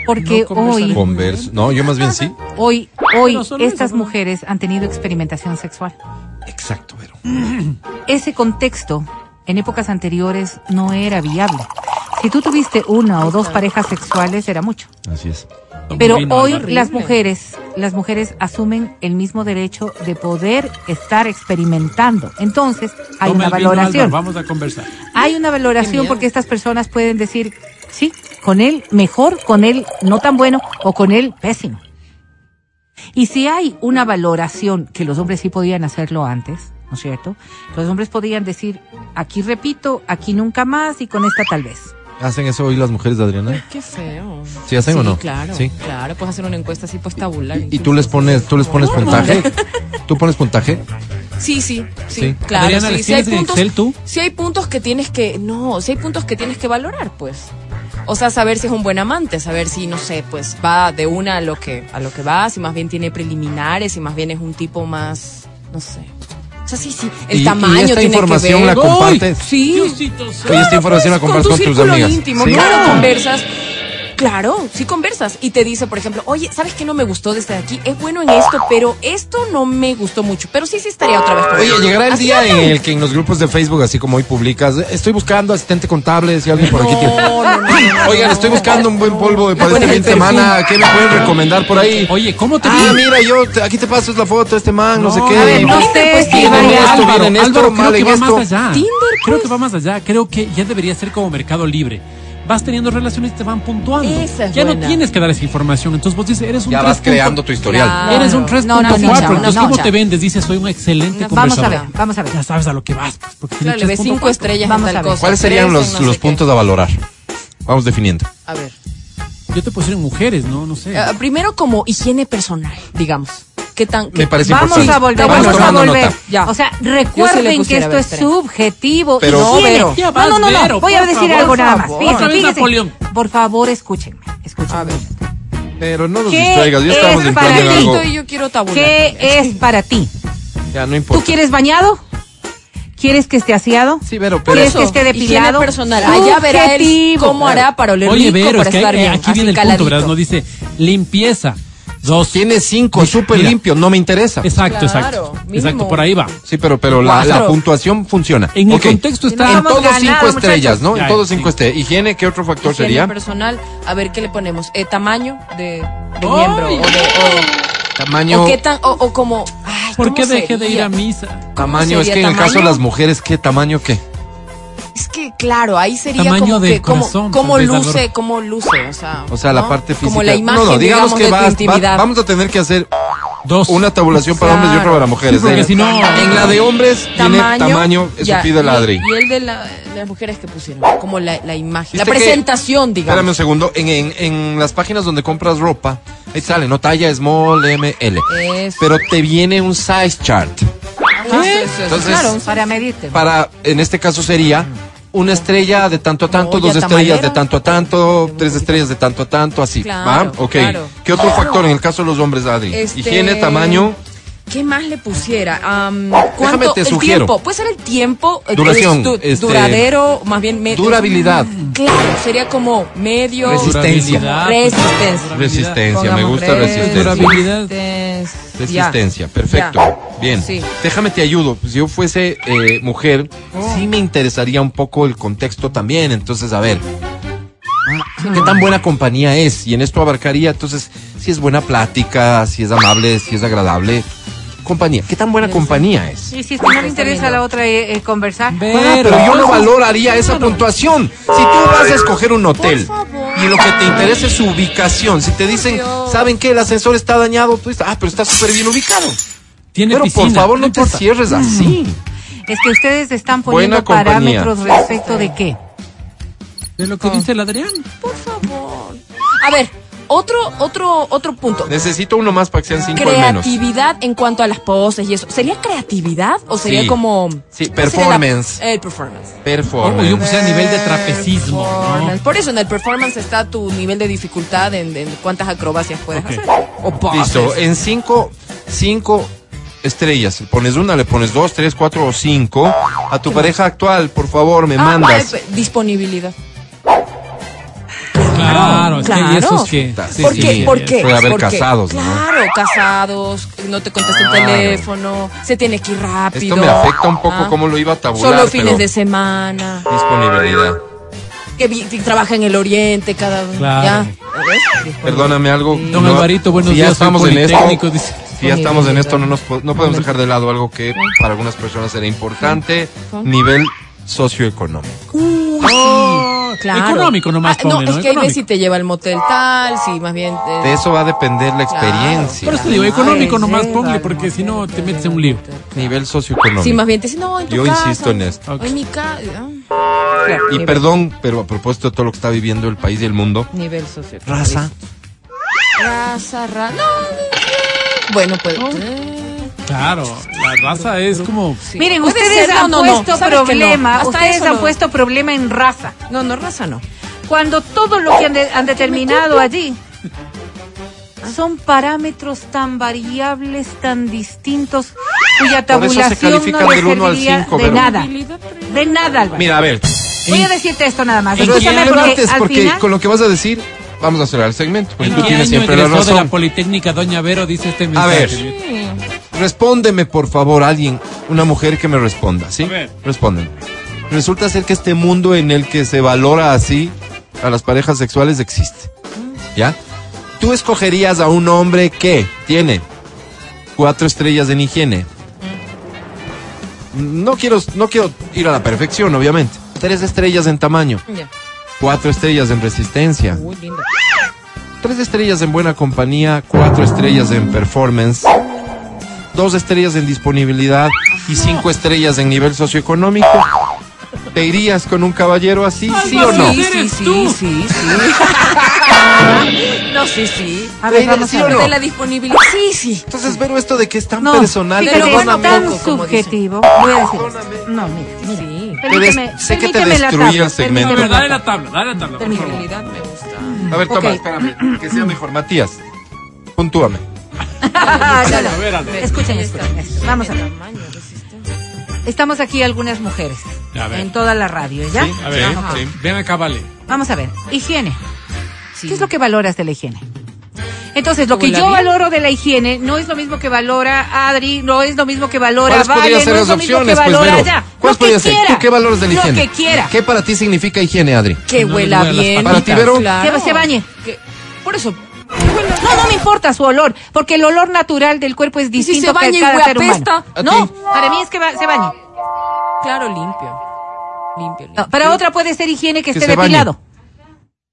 C: Porque hoy,
D: No conversaremos.
B: converso. No, yo más bien sí.
C: hoy, hoy,
D: Pero solo eso,
C: estas
D: ¿no?
C: mujeres han tenido experimentación sexual.
B: Exacto, Vero.
C: ese contexto en épocas anteriores no era viable. Si tú tuviste una o dos parejas sexuales era mucho.
B: Así es.
C: Pero
D: Vino,
C: hoy
D: ¿no?
C: las mujeres, las mujeres asumen el mismo derecho de poder estar experimentando. Entonces, hay una
D: Toma el vino,
C: valoración.
D: Álvaro, vamos a conversar.
C: Hay una
E: Qué
C: valoración
E: miedo.
C: porque estas personas pueden decir, sí, con él mejor, con él no tan bueno o con él pésimo. Y si hay una valoración que los hombres sí podían hacerlo antes, ¿no es cierto? Los hombres podían decir, aquí repito, aquí nunca más y con esta tal vez.
B: ¿Hacen eso hoy las mujeres de Adriana?
E: Qué feo.
B: ¿Sí hacen o no?
E: Claro,
B: Sí.
E: claro. Puedes hacer una encuesta así, puedes tabular.
B: Y, y tú les pones, tú les pones puntaje. ¿Tú pones puntaje?
E: Sí, sí, sí,
B: Sí.
E: claro.
D: Adriana,
E: sí,
D: ¿les
E: sí hay
D: tienes en
E: puntos,
D: Excel tú?
E: sí hay puntos que tienes que, no, sí hay puntos que tienes que valorar, pues. O sea, saber si es un buen amante, saber si, no sé, pues va de una a lo que, a lo que va, si más bien tiene preliminares, si más bien es un tipo más, no sé. O sea, sí, sí, el
B: Y- y
E: tamaño
B: esta
E: tiene
B: información
E: que ver.
B: la
D: ¡Ay!
B: compartes.
E: Sí.
D: Diosito santo.
B: Oye, esta información la
E: pues,
B: compras
E: con tu
B: con, tus
E: círculo
B: amigas.
E: íntimo,
B: Sí. Ah.
E: claro, conversas. Claro, sí conversas y te dice, por ejemplo, oye, ¿sabes qué no me gustó de este de aquí? Es bueno en esto, pero esto no me gustó mucho. Pero sí, sí estaría otra vez con
B: Oye,
E: él".
B: llegará el
E: Así
B: día en
E: hablan.
B: el que en los grupos de Facebook, así como hoy publicas, estoy buscando asistente contable, si alguien por aquí tiene.
E: No, no, no, no,
B: Oigan, estoy
E: no.
B: buscando un buen polvo de para este
E: Bueno,
B: fin de
E: el perfume.
B: semana, ¿qué me pueden recomendar por ahí?
D: Oye, ¿cómo te
B: Ah,
D: vi?
B: mira, yo te- aquí te paso la foto de este man, no, sé qué.
D: a ver,
C: no sé
B: Pues,
C: si
B: bien
C: vale
B: en esto,
D: Álvaro,
B: bien en esto,
D: Álvaro, creo
B: mal
D: que
B: en
D: va
B: esto.
C: pues.
D: más allá.
E: Tinder,
D: Creo que va más allá. Creo que ya debería ser como mercado libre. vas teniendo relaciones y te van puntuando.
E: Esa es
D: ya no
E: buena.
D: tienes que dar esa información. Entonces vos dices, eres un
B: Ya vas
D: 3.4.
B: creando tu historial.
E: Claro.
D: Eres un
E: Ah, No,
D: 3.4.
C: no, no, no,
D: Entonces,
C: no,
D: ¿cómo
E: ya.
D: te vendes? Dices, soy un excelente
E: No,
C: Vamos a
D: conversador.
C: ver, vamos a ver.
D: Ya sabes a lo que vas. pues, porque tienes
E: Claro, le ves
D: 3.4.
E: cinco estrellas
C: Vamos
E: en
C: a
E: tal
C: ver.
E: cosa.
B: ¿Cuáles
E: tres
B: serían
E: en
B: los,
E: no sé
B: los
E: qué.
B: puntos a valorar? Vamos definiendo.
E: A ver.
D: Yo te pusieron mujeres, ¿no? No sé.
E: eh, primero como higiene personal, digamos. ¿Qué tan
B: Me
E: qué-
B: parece
C: Vamos
B: importante.
C: a volver,
E: Vamos
C: vamos a
B: tomando
C: volver.
B: nota.
E: Ya.
C: O sea,
E: Yo sí le
C: recuerden que
E: pusiera
C: esto es
E: Vero.
C: subjetivo.
B: Pero-
C: y
B: No,
C: tiene-
E: Vero.
D: Ya vas,
C: no, no, no,
D: Vero,
C: no. Voy a
E: por
C: decir
E: favor,
C: algo nada más.
E: por
C: Fíjense,
D: favor.
C: fíjense.
D: Napoleón.
C: Por favor, escúchenme. Escúchenme.
E: A ver.
B: Pero no nos
C: ¿Qué
B: distraigas, ya
C: es
B: estábamos
C: para
B: entrando en
C: ti?
B: algo.
E: Esto yo quiero tabular.
C: ¿Qué es para ti?
B: Ya, no
C: ¿Tú
B: importa.
C: quieres bañado? ¿Quieres que esté aseado?
B: Sí, pero, pero
C: Por ¿Quieres que esté depilado?
E: Higiene personal. Allá verá él
C: Subjetivo.
E: cómo hará para oler
D: Oye,
E: rico,
D: Vero, es
E: para
D: que
E: estar
D: hay-
E: bien,
D: aquí
E: así
D: viene el punto,
E: caladito.
D: ¿verdad? Nos dice limpieza. Dos.
B: tiene cinco,
D: Mira,
B: súper
D: mira.
B: limpio, no me interesa.
D: Exacto,
E: Claro,
D: exacto.
E: mínimo.
D: Exacto, por ahí va.
B: Sí, pero, pero la, la
E: Cuatro.
B: puntuación funciona.
D: En el
B: Ok.
D: contexto
C: Si no
D: está.
B: En
C: Hemos
B: todos
C: ganado,
B: cinco
C: muchachos.
B: estrellas, ¿no?
D: Ya,
B: en todos
D: sí.
B: cinco estrellas. Higiene, ¿qué otro factor
E: Higiene
B: sería?
E: personal. A ver, ¿qué le ponemos? Eh, tamaño de, de
D: ¡Ay!
E: miembro. O, de, o-
B: Tamaño.
E: o qué tan, o, o como... Ay,
D: ¿Por
E: ¿cómo
D: qué dejé de ir
E: sería?
D: a misa?
B: Tamaño, es
E: sería
B: que en el
E: tamaño?
B: caso de las mujeres, ¿qué tamaño qué?
E: Es que, claro, ahí sería
D: Tamaño
E: como
D: del
E: que, como,
D: corazón,
E: cómo
D: tal vez, Álvaro.
E: luce, cómo luce, o sea...
B: O sea, la
E: ¿no?
B: parte física.
E: Como la imagen,
B: no, no, digamos,
E: digamos,
B: que
E: de
B: vas-
E: tu
B: va-
E: intimidad.
B: vamos a tener que hacer
D: Dos.
B: una tabulación para hombres y otra para mujeres.
D: Sí, porque
B: ¿eh?
D: si no-
B: En la de hombres tiene tamaño, eso
E: ya,
B: pide el
E: Y,
B: Adri.
E: y el de la- las mujeres que pusieron, como la, la imagen, la
B: ¿Viste que-
E: presentación,
B: Espérame un
E: digamos.
B: segundo, en, en, en las páginas donde compras ropa, ahí sale, no talla, small, M, L.
E: Eso.
B: Pero te viene un size chart.
E: Ajá, eso, eso, eso.
B: Entonces-
E: claro, un sa-
C: Para medirte.
B: Para, en este caso sería, una estrella de tanto a tanto,
E: Olla
B: dos estrellas
E: tamalera.
B: de tanto a tanto, tres estrellas de tanto a tanto, así. ¿Va?
E: Claro,
B: Ok.
E: claro.
B: ¿Qué otro factor en el caso de los hombres, Adri?
E: Este-
B: Higiene, tamaño,
E: ¿Qué más le pusiera? Am, ¿Cuánto?
B: te
E: el
B: sugiero.
E: tiempo. Puede ser el tiempo. eh,
B: Duración,
E: estu-
B: este-
E: duradero, más bien. me- Mm,
B: durabilidad,
E: Claro, sería como medio.
B: Resist- Resistencia.
D: Durabilidad.
E: Resistencia.
B: resistencia, me
E: Pongamos
B: gusta
E: tres.
B: resistencia.
D: Durabilidad.
E: Ya.
B: Resistencia, perfecto.
E: Ya.
B: Bien.
E: Sí.
B: Déjame te ayudo. Si yo fuese eh, mujer,
E: Oh.
B: sí me interesaría un poco el contexto también. Entonces, a ver.
E: Ah.
B: ¿Qué tan buena compañía es? Y en esto abarcaría, entonces, si es buena plática, si es amable, si es agradable. Compañía. ¿Qué tan buena compañía es?
C: Y si es que no le interesa a la otra eh, eh, conversar.
D: Ve-
B: Ah, Pero yo no
D: entonces-
B: valoraría esa puntuación. Si tú vas a escoger un hotel
E: Por favor.
B: y lo que te interesa es su ubicación, si te dicen,
E: Dios.
B: ¿saben qué? El ascensor está dañado, tú dices, ah, pero está súper bien ubicado.
D: Tiene Mm.
B: Pero
D: piscina.
B: por favor no, te
D: importa.
B: cierres así.
C: Es que ustedes están
B: Buena
C: poniendo
B: compañía.
C: parámetros respecto de qué.
D: De lo que dice el Adrián.
E: Por favor. A ver, otro, otro, otro punto.
B: Necesito uno más para que sean cinco al menos.
E: Creatividad en cuanto a las poses y eso. ¿Sería creatividad o sería
B: Sí.
E: como.
B: Sí,
E: ¿cómo sería
B: performance.
E: la- el performance.
D: Ojo, yo
B: Performance.
D: puse pues, a nivel de trapecismo. ¿no?
E: Performance. Por eso en el performance está tu nivel de dificultad en, en cuántas acrobacias puedes
D: Ok.
E: hacer. O poses.
B: Listo, en cinco, cinco estrellas. Le Pones una, le pones dos, tres, cuatro o cinco. A tu pareja actual, por favor, me
E: Ah,
B: mandas.
D: pues,
E: eh, disponibilidad.
D: Claro, es que y eso
E: claro.
D: es que.
B: Sí,
E: ¿Por
B: sí,
E: qué?
B: sí,
E: ¿Por qué?
B: puede haber
E: ¿Por qué?
B: casados, ¿no?
E: Claro, casados, no te contesta el
B: Claro.
E: teléfono, se tiene que ir rápido.
B: Esto me afecta un poco
E: Ah.
B: cómo lo iba a tabular.
E: Solo fines
B: pero
E: de semana,
B: Disponibilidad.
E: que vi- que trabaja en el oriente cada
D: Claro.
E: ya.
B: Perdóname algo.
D: Don Alvarito, buenos
B: si ya
D: días, soy
B: estamos en
D: politécnico,
B: esto,
D: dice.
B: si ya estamos en esto, no nos po- no podemos dejar de lado algo que para algunas personas era importante, nivel socioeconómico.
D: Oh,
E: Claro.
D: Económico nomás,
E: Ah, no,
D: ponle,
E: es que hay veces si
D: Económico.
E: te lleva al motel tal, si más bien eh,
B: De eso va a depender la experiencia.
D: Por eso te digo, económico nomás ponle,
C: Ay,
D: porque si no te metes en un lío.
B: Nivel socioeconómico.
E: si más bien te dice, no, en tu
B: Yo
E: casa,
B: insisto en esto.
E: o En mi ah, casa,
B: y perdón, pero a propósito de todo lo que está viviendo el país y el mundo,
E: nivel socio.
B: raza.
E: Raza, ra- no, eh, bueno, pues eh,
D: Claro, la raza es como.
E: sí.
C: Miren,
E: Puede
C: ustedes
E: ser,
C: han
E: no, no, no,
C: puesto
E: ¿sabes que no?
C: problema,
E: Hasta
C: ustedes
E: eso
C: han
E: no.
C: puesto problema en raza.
E: No, no, raza no.
C: Cuando todo lo que han, de- han determinado allí
E: Ah.
C: son parámetros tan variables, tan distintos, cuya
B: Por eso se
C: tabulación no
B: califican
C: le
B: del uno al
C: serviría
B: cinco,
C: de
B: Vero.
C: nada. De nada, Álvaro.
B: Mira, a ver.
C: Voy a decirte esto nada más.
D: ¿en qué
C: Escúchame
D: año
C: porque
B: antes,
C: al
B: porque
C: final...
B: con lo que vas a decir, vamos a cerrar el segmento, porque
D: ¿En
B: tú
D: qué
B: tienes
D: año
B: siempre la
D: egresó de la
B: razón.
D: Politécnica Doña Vero? Dice este
B: A
D: mensaje.
B: ver, respóndeme por favor alguien, una mujer que me responda, ¿sí?
D: A ver.
B: Respóndeme. Resulta ser que este mundo en el que se valora así a las parejas sexuales existe. ¿Ya? Tú escogerías a un hombre que tiene cuatro estrellas en higiene. No quiero, no quiero ir a la perfección, obviamente. Tres estrellas en tamaño.
E: Ya.
B: cuatro estrellas en resistencia,
E: Muy lindo.
B: tres estrellas en buena compañía, cuatro estrellas en performance, dos estrellas en disponibilidad y cinco estrellas en nivel socioeconómico. ¿Te irías con un caballero así, sí o no?
E: Sí,
D: ¿Quién
E: sí,
D: eres
E: sí,
D: tú?
E: sí, sí. No, sí, sí.
C: A ver,
B: Sí,
C: vamos
B: sí
C: a
B: o
C: ver.
B: no.
E: De la disponibilidad. Sí, sí.
B: Entonces, pero esto de que es tan
C: No,
B: personal,
C: fíjate,
E: pero
C: es
E: bueno,
C: tan
E: poco, como dicen.
C: subjetivo. Voy a decir esto. No, mira, mira.
E: Sí.
B: Te des-
C: Permíteme,
B: sé que te
C: permíteme la
B: destruí
C: tabla,
B: el segmento.
D: A
C: permíteme
D: ver, dale
C: tabla.
D: la tabla, dale la tabla, por favor.
E: Disponibilidad me gusta.
B: A ver, toma,
C: Ok.
B: espérame, que sea mejor. Matías, puntúame.
C: Ah, no, no.
D: A ver, a ver.
C: Escuchen esto, esto. Vamos a ver.
E: Tamaño, resistencia.
C: Estamos aquí algunas mujeres
D: A ver.
C: en toda la radio, ¿ya?
D: A ver,
C: Ajá.
D: sí. ven acá, vale.
C: Vamos a ver. Higiene.
E: Sí.
C: ¿Qué es lo que valoras de la higiene? Entonces, lo que
E: ¿Como la
C: yo
E: vida?
C: valoro de la higiene no es lo mismo que valora Adri, no es lo mismo que valora
B: ¿Cuáles
C: Vale, no
B: podrían ser
C: es
B: las
C: lo mismo que
B: opciones, pues,
C: valora
B: Vero?
C: ya.
B: ¿Cuáles
C: Lo que
B: podrían ser?
C: quiera.
B: ¿Tú qué valores de la higiene?
C: Lo que quiera.
B: ¿Qué para ti significa higiene, Adri?
E: Que
D: No le
E: huela
D: huelan las
E: bien.
D: papitas.
B: ¿Para ti, Vero?
E: Claro.
C: Que se bañe.
E: Que- Por eso.
C: No, no me importa su olor, porque el olor natural del cuerpo es
E: si
C: distinto
E: se baña
C: que
E: y
C: cada ser humano.
E: apesta?
B: ¿A
C: No,
B: ti?
C: para mí es que va- se bañe.
E: Claro, limpio. Limpio, limpio.
C: No, para otra puede ser higiene que,
B: Que
C: esté
B: se bañe.
C: depilado.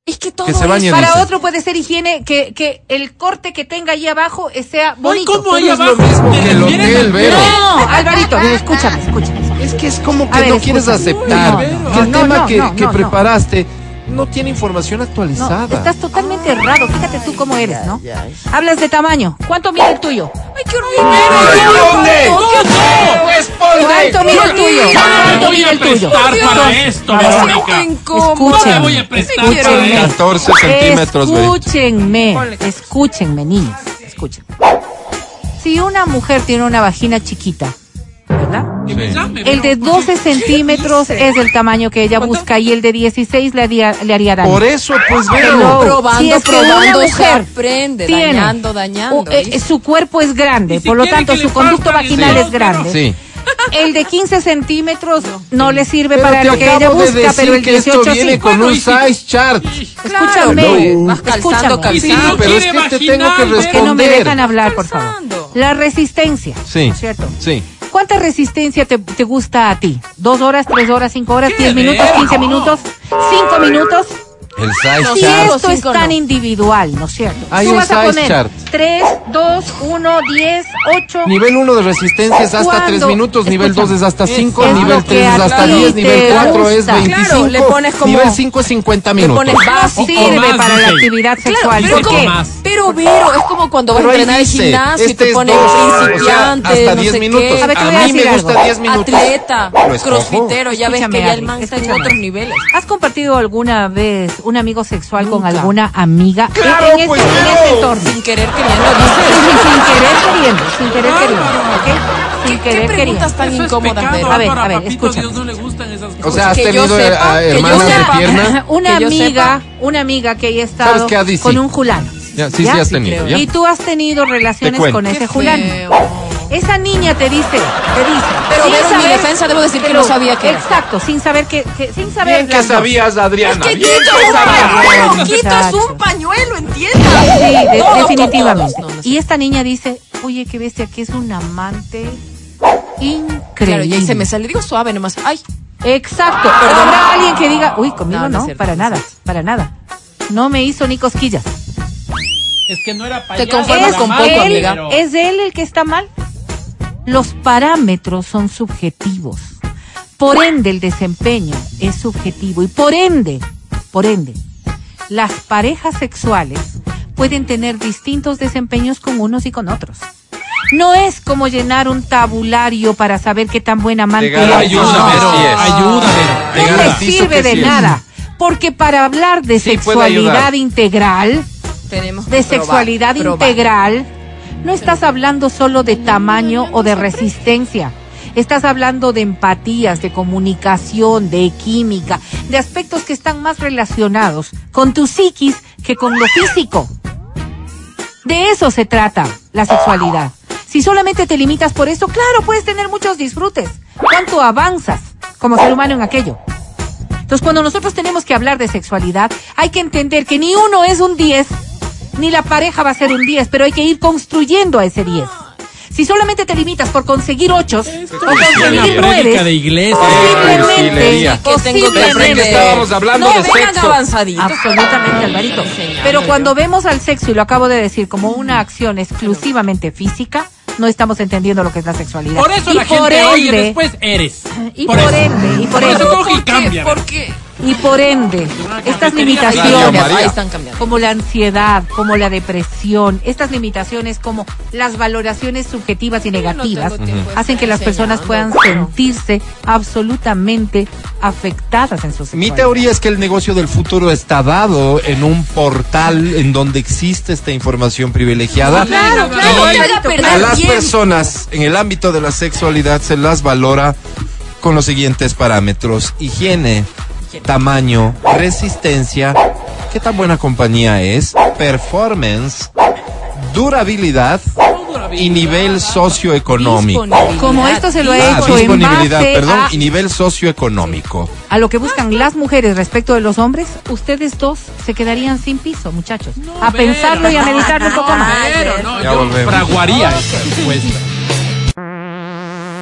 E: Es que todo
B: Que se
E: es-
B: bañe,
C: Para
B: dice.
C: otro puede ser higiene que, que el corte que tenga ahí abajo eh, sea bonito.
D: ¿cómo ahí
B: No es lo
D: abajo?
B: mismo que el
D: Miren,
B: hotel, Vero.
C: No, Alvarito, escúchame, escúchame.
B: Es que es como
C: A
B: que
C: ver,
B: no quieres
C: escucha.
B: aceptar
C: Uy, no, no,
B: que el
C: no,
B: tema
C: no,
B: que,
C: no,
B: que
C: no, no.
B: preparaste no tiene información
C: No,
B: actualizada.
C: estás totalmente errado. Fíjate tú cómo eres, ¿no? Hablas de tamaño. ¿Cuánto mide el tuyo?
E: ¡Ay, qué horrible!
B: ¡Responde!
C: ¿Cuánto mide el tuyo? ¿Cuánto
D: voy
C: mide
D: a
C: el tuyo?
D: prestar para esto, Verónica.
E: incómodo.
D: No me
C: Escúchenme,
D: voy a prestar para
C: escúchenme.
D: esto.
B: 14 centímetros, Verito.
C: Escúchenme, escúchenme, niños, escúchenme. Si una mujer tiene una vagina chiquita, ¿verdad?
D: Que me llame,
C: El de
D: Vero, porque-
C: 12 centímetros es el tamaño que ella busca y el de 16 le haría, le haría daño.
B: Por eso, pues,
C: Hello.
B: Vero.
E: Probando,
C: Si es que
E: probando,
C: una
E: se
C: mujer
E: aprende,
C: tiene-
E: dañando, dañando,
C: o, eh,
E: dice.
C: su cuerpo es grande,
D: Ni
C: por lo
D: siquiera
C: tanto
D: que
C: su
D: le
C: conducto
D: falta el
C: vaginal
D: dedo,
C: es grande.
B: Sí.
C: El de 15 centímetros no, le sirve
B: Pero
C: para
B: te
C: lo que ella
B: acabo de
C: busca, pero el
B: decir que esto
C: 18
B: viene
C: sí. Pues
B: con un
D: Bueno, y si-
B: size chart.
E: Claro,
C: Escúchame,
E: no, vas calzando,
C: escúchame.
D: Y si
E: calzando.
D: no
B: Pero es
D: quiere
B: que te tengo que
D: vaginal, Vero,
C: Es que no me
B: responder.
C: dejan hablar, por
E: Calzando.
C: favor. La resistencia.
B: Sí.
C: ¿no es ¿Cierto?
B: Sí.
C: ¿Cuánta resistencia te, te gusta a ti? ¿Dos horas, tres horas, cinco horas,
D: ¿Qué
C: diez minutos,
D: ver?
C: quince
D: No.
C: minutos, cinco minutos?
B: El size
E: No,
C: Si
E: Claro.
B: chart.
C: esto es
E: Cinco
C: tan
E: no.
C: individual, ¿no es cierto?
B: Hay
C: Tú
B: un
C: vas a
B: size
C: poner
B: chart.
C: tres, dos, uno, diez, ocho.
B: Nivel 1 de resistencia es hasta
C: ¿Cuándo?
B: 3 minutos, nivel 2
C: Escúchame.
B: es hasta 5,
C: Es lo
B: nivel
C: que
B: 3 es
C: a
B: hasta
C: ti
B: 10,
C: te
B: nivel 4 es
C: gusta.
B: 25,
E: Claro, le pones como-
B: nivel 5 es 50
E: Le
B: minutos.
E: pones
C: No
E: básico.
D: o
C: sirve
D: más,
C: para la
D: ok.
C: actividad sexual.
E: pero,
C: ¿Por
D: como
C: qué?
D: más.
E: pero Vero, es como cuando vas a
B: Pero ahí
E: entrenar al
B: dice,
E: gimnasio y
B: este
E: te
B: es
E: ponen
B: dos, o sea,
E: principiante,
B: hasta
E: no
B: 10
E: sé
B: minutos.
E: qué.
C: A ver, te voy a
B: a mí me
C: decir
B: gusta
C: algo.
B: 10 minutos.
E: Atleta,
B: Lo escojo.
E: crossfitero, ya ves que
C: Escúchame,
E: ya el
C: Adri,
E: man está en
C: escúchame.
E: otros niveles.
C: ¿Has compartido alguna vez un amigo sexual con
E: Nunca.
C: alguna amiga En-
B: Claro,
C: en, este,
B: pues,
C: en
B: claro.
C: este entorno?
E: Sin querer queriendo,
C: Sí,
E: dices.
C: sí, sin querer queriendo, sin querer queriendo, ¿ok? Sin
E: Ah. ¿Qué, qué
C: querer queriendo.
E: preguntas tan
D: Eso es
E: incómodas,
D: pecado,
E: Vero?
C: A ver,
D: Álvaro,
C: a ver,
D: papito
C: escucha.
D: Dios no le gustan esas
B: O
D: cosas.
B: sea, has
E: Que yo
B: tenido
E: sepa,
B: eh,
E: que yo
B: hermanas de
E: sepa.
B: pierna.
C: Una
E: Que yo
C: amiga,
E: sepa.
C: una amiga que haya
B: ¿Sabes
C: estado
B: qué, Adi? Sí.
C: con un fulano.
B: Ya, sí,
C: ¿ya?
B: sí has tenido, ya.
E: creo.
C: Y tú has tenido relaciones
B: cuento.
C: con
E: Qué
C: ese fulano.
E: feo.
C: Esa niña te dice, te dice.
E: Pero,
C: sin
E: Vero, en mi
C: saber-
E: defensa debo decir que no sabía que era.
C: Exacto, sin saber que, que- sin saber.
B: Bien que
C: las dos.
B: sabías, Adriana.
E: Que
B: bien
E: quitas
B: que
E: un
B: sabías.
E: pañuelo,
C: Exacto.
E: quitas un pañuelo, entiendas.
C: Sí, de-
E: Todos,
C: definitivamente.
E: todos, no, no sé.
C: Y esta niña dice, oye, qué bestia, que es un amante increíble.
E: Claro, y ahí se me sale, digo suave nomás. Ay,
C: Exacto.
E: Perdón.
C: Habrá alguien que diga, uy, conmigo
E: No,
C: no,
E: no es cierto,
C: para
E: no es
C: nada, para nada. No me hizo ni cosquillas.
D: es que no era para
E: Te conformas con poco,
C: él,
E: amiga.
C: ¿Es él el que está mal? Los parámetros son subjetivos. Por ende, el desempeño es subjetivo. Y por ende, por ende, las parejas sexuales pueden tener distintos desempeños con unos y con otros. No es como llenar un tabulario para saber qué tan buena amante
B: Llegar a
C: eres.
B: Ayuda,
D: Ayuda,
B: Así
D: Vero,
B: es.
D: ayuda, Vero.
C: No
B: Te
C: te
B: garantizo
C: sirve
B: que
C: de
B: sí.
C: nada. Porque para hablar de
B: Sí, puede
C: sexualidad
B: ayudar.
C: integral,
E: tenemos que
C: de
E: probar,
C: sexualidad
E: probar.
C: integral, no estás hablando solo de tamaño o de resistencia. Estás hablando de empatías, de comunicación, de química, de aspectos que están más relacionados con tu psiquis que con lo físico. De eso se trata la sexualidad. Si solamente te limitas por eso, claro, puedes tener muchos disfrutes. ¿Cuánto avanzas como ser humano en aquello? Entonces, cuando nosotros tenemos que hablar de sexualidad, hay que entender que ni uno es un 10, ni la pareja va a ser un 10, pero hay que ir construyendo a ese 10. Si solamente te limitas por conseguir ochos o
D: Una
C: conseguir
D: prédica de
C: nueves,
D: iglesia.
C: posiblemente,
B: Cursilería.
E: Que tengo que
B: Pensé que
E: aprender.
C: posiblemente.
B: estábamos hablando
E: no
B: de
E: vengan
B: sexo.
E: avanzaditos.
C: Absolutamente, Alvarito.
E: Enseñando
C: Pero
E: yo.
C: cuando vemos al sexo, y lo acabo de decir, como una acción exclusivamente física, no estamos entendiendo lo que es la sexualidad.
D: Por eso
C: Y
D: la
C: por
D: gente hoy y
C: ende-
D: después eres.
C: Y por ende, y por
D: eso
C: ende.
D: coge y
E: ¿Por qué?
D: cambia.
E: ¿Por qué?
C: Y por ende, estas
B: Radio
C: limitaciones,
B: María.
E: Ahí están cambiando.
C: como la ansiedad, como la depresión, estas limitaciones como las valoraciones subjetivas y negativas,
E: tengo tiempo de
C: hacen que las
E: estar
C: personas puedan
E: enseñando.
C: sentirse absolutamente afectadas en su
B: Mi
C: sexualidad.
B: teoría es que el negocio del futuro está dado en un portal en donde existe esta información privilegiada.
C: Oh, Claro, claro,
B: Y
C: claro,
B: a
C: claro.
B: las personas en el ámbito de la sexualidad se las valora con los siguientes parámetros: higiene, tamaño, resistencia, qué tan buena compañía es, performance, durabilidad y nivel socioeconómico.
C: Como esto se lo he
B: Ah,
C: hecho en
B: disponibilidad,
C: base
B: perdón,
C: a
B: y nivel socioeconómico.
C: a lo que buscan las mujeres respecto de los hombres, ustedes dos se quedarían sin piso, muchachos. a
D: Vero,
C: pensarlo y a meditarlo un poco más.
D: Pero no,
B: Ya
D: yo
B: volvemos.
D: fraguaría esa respuesta.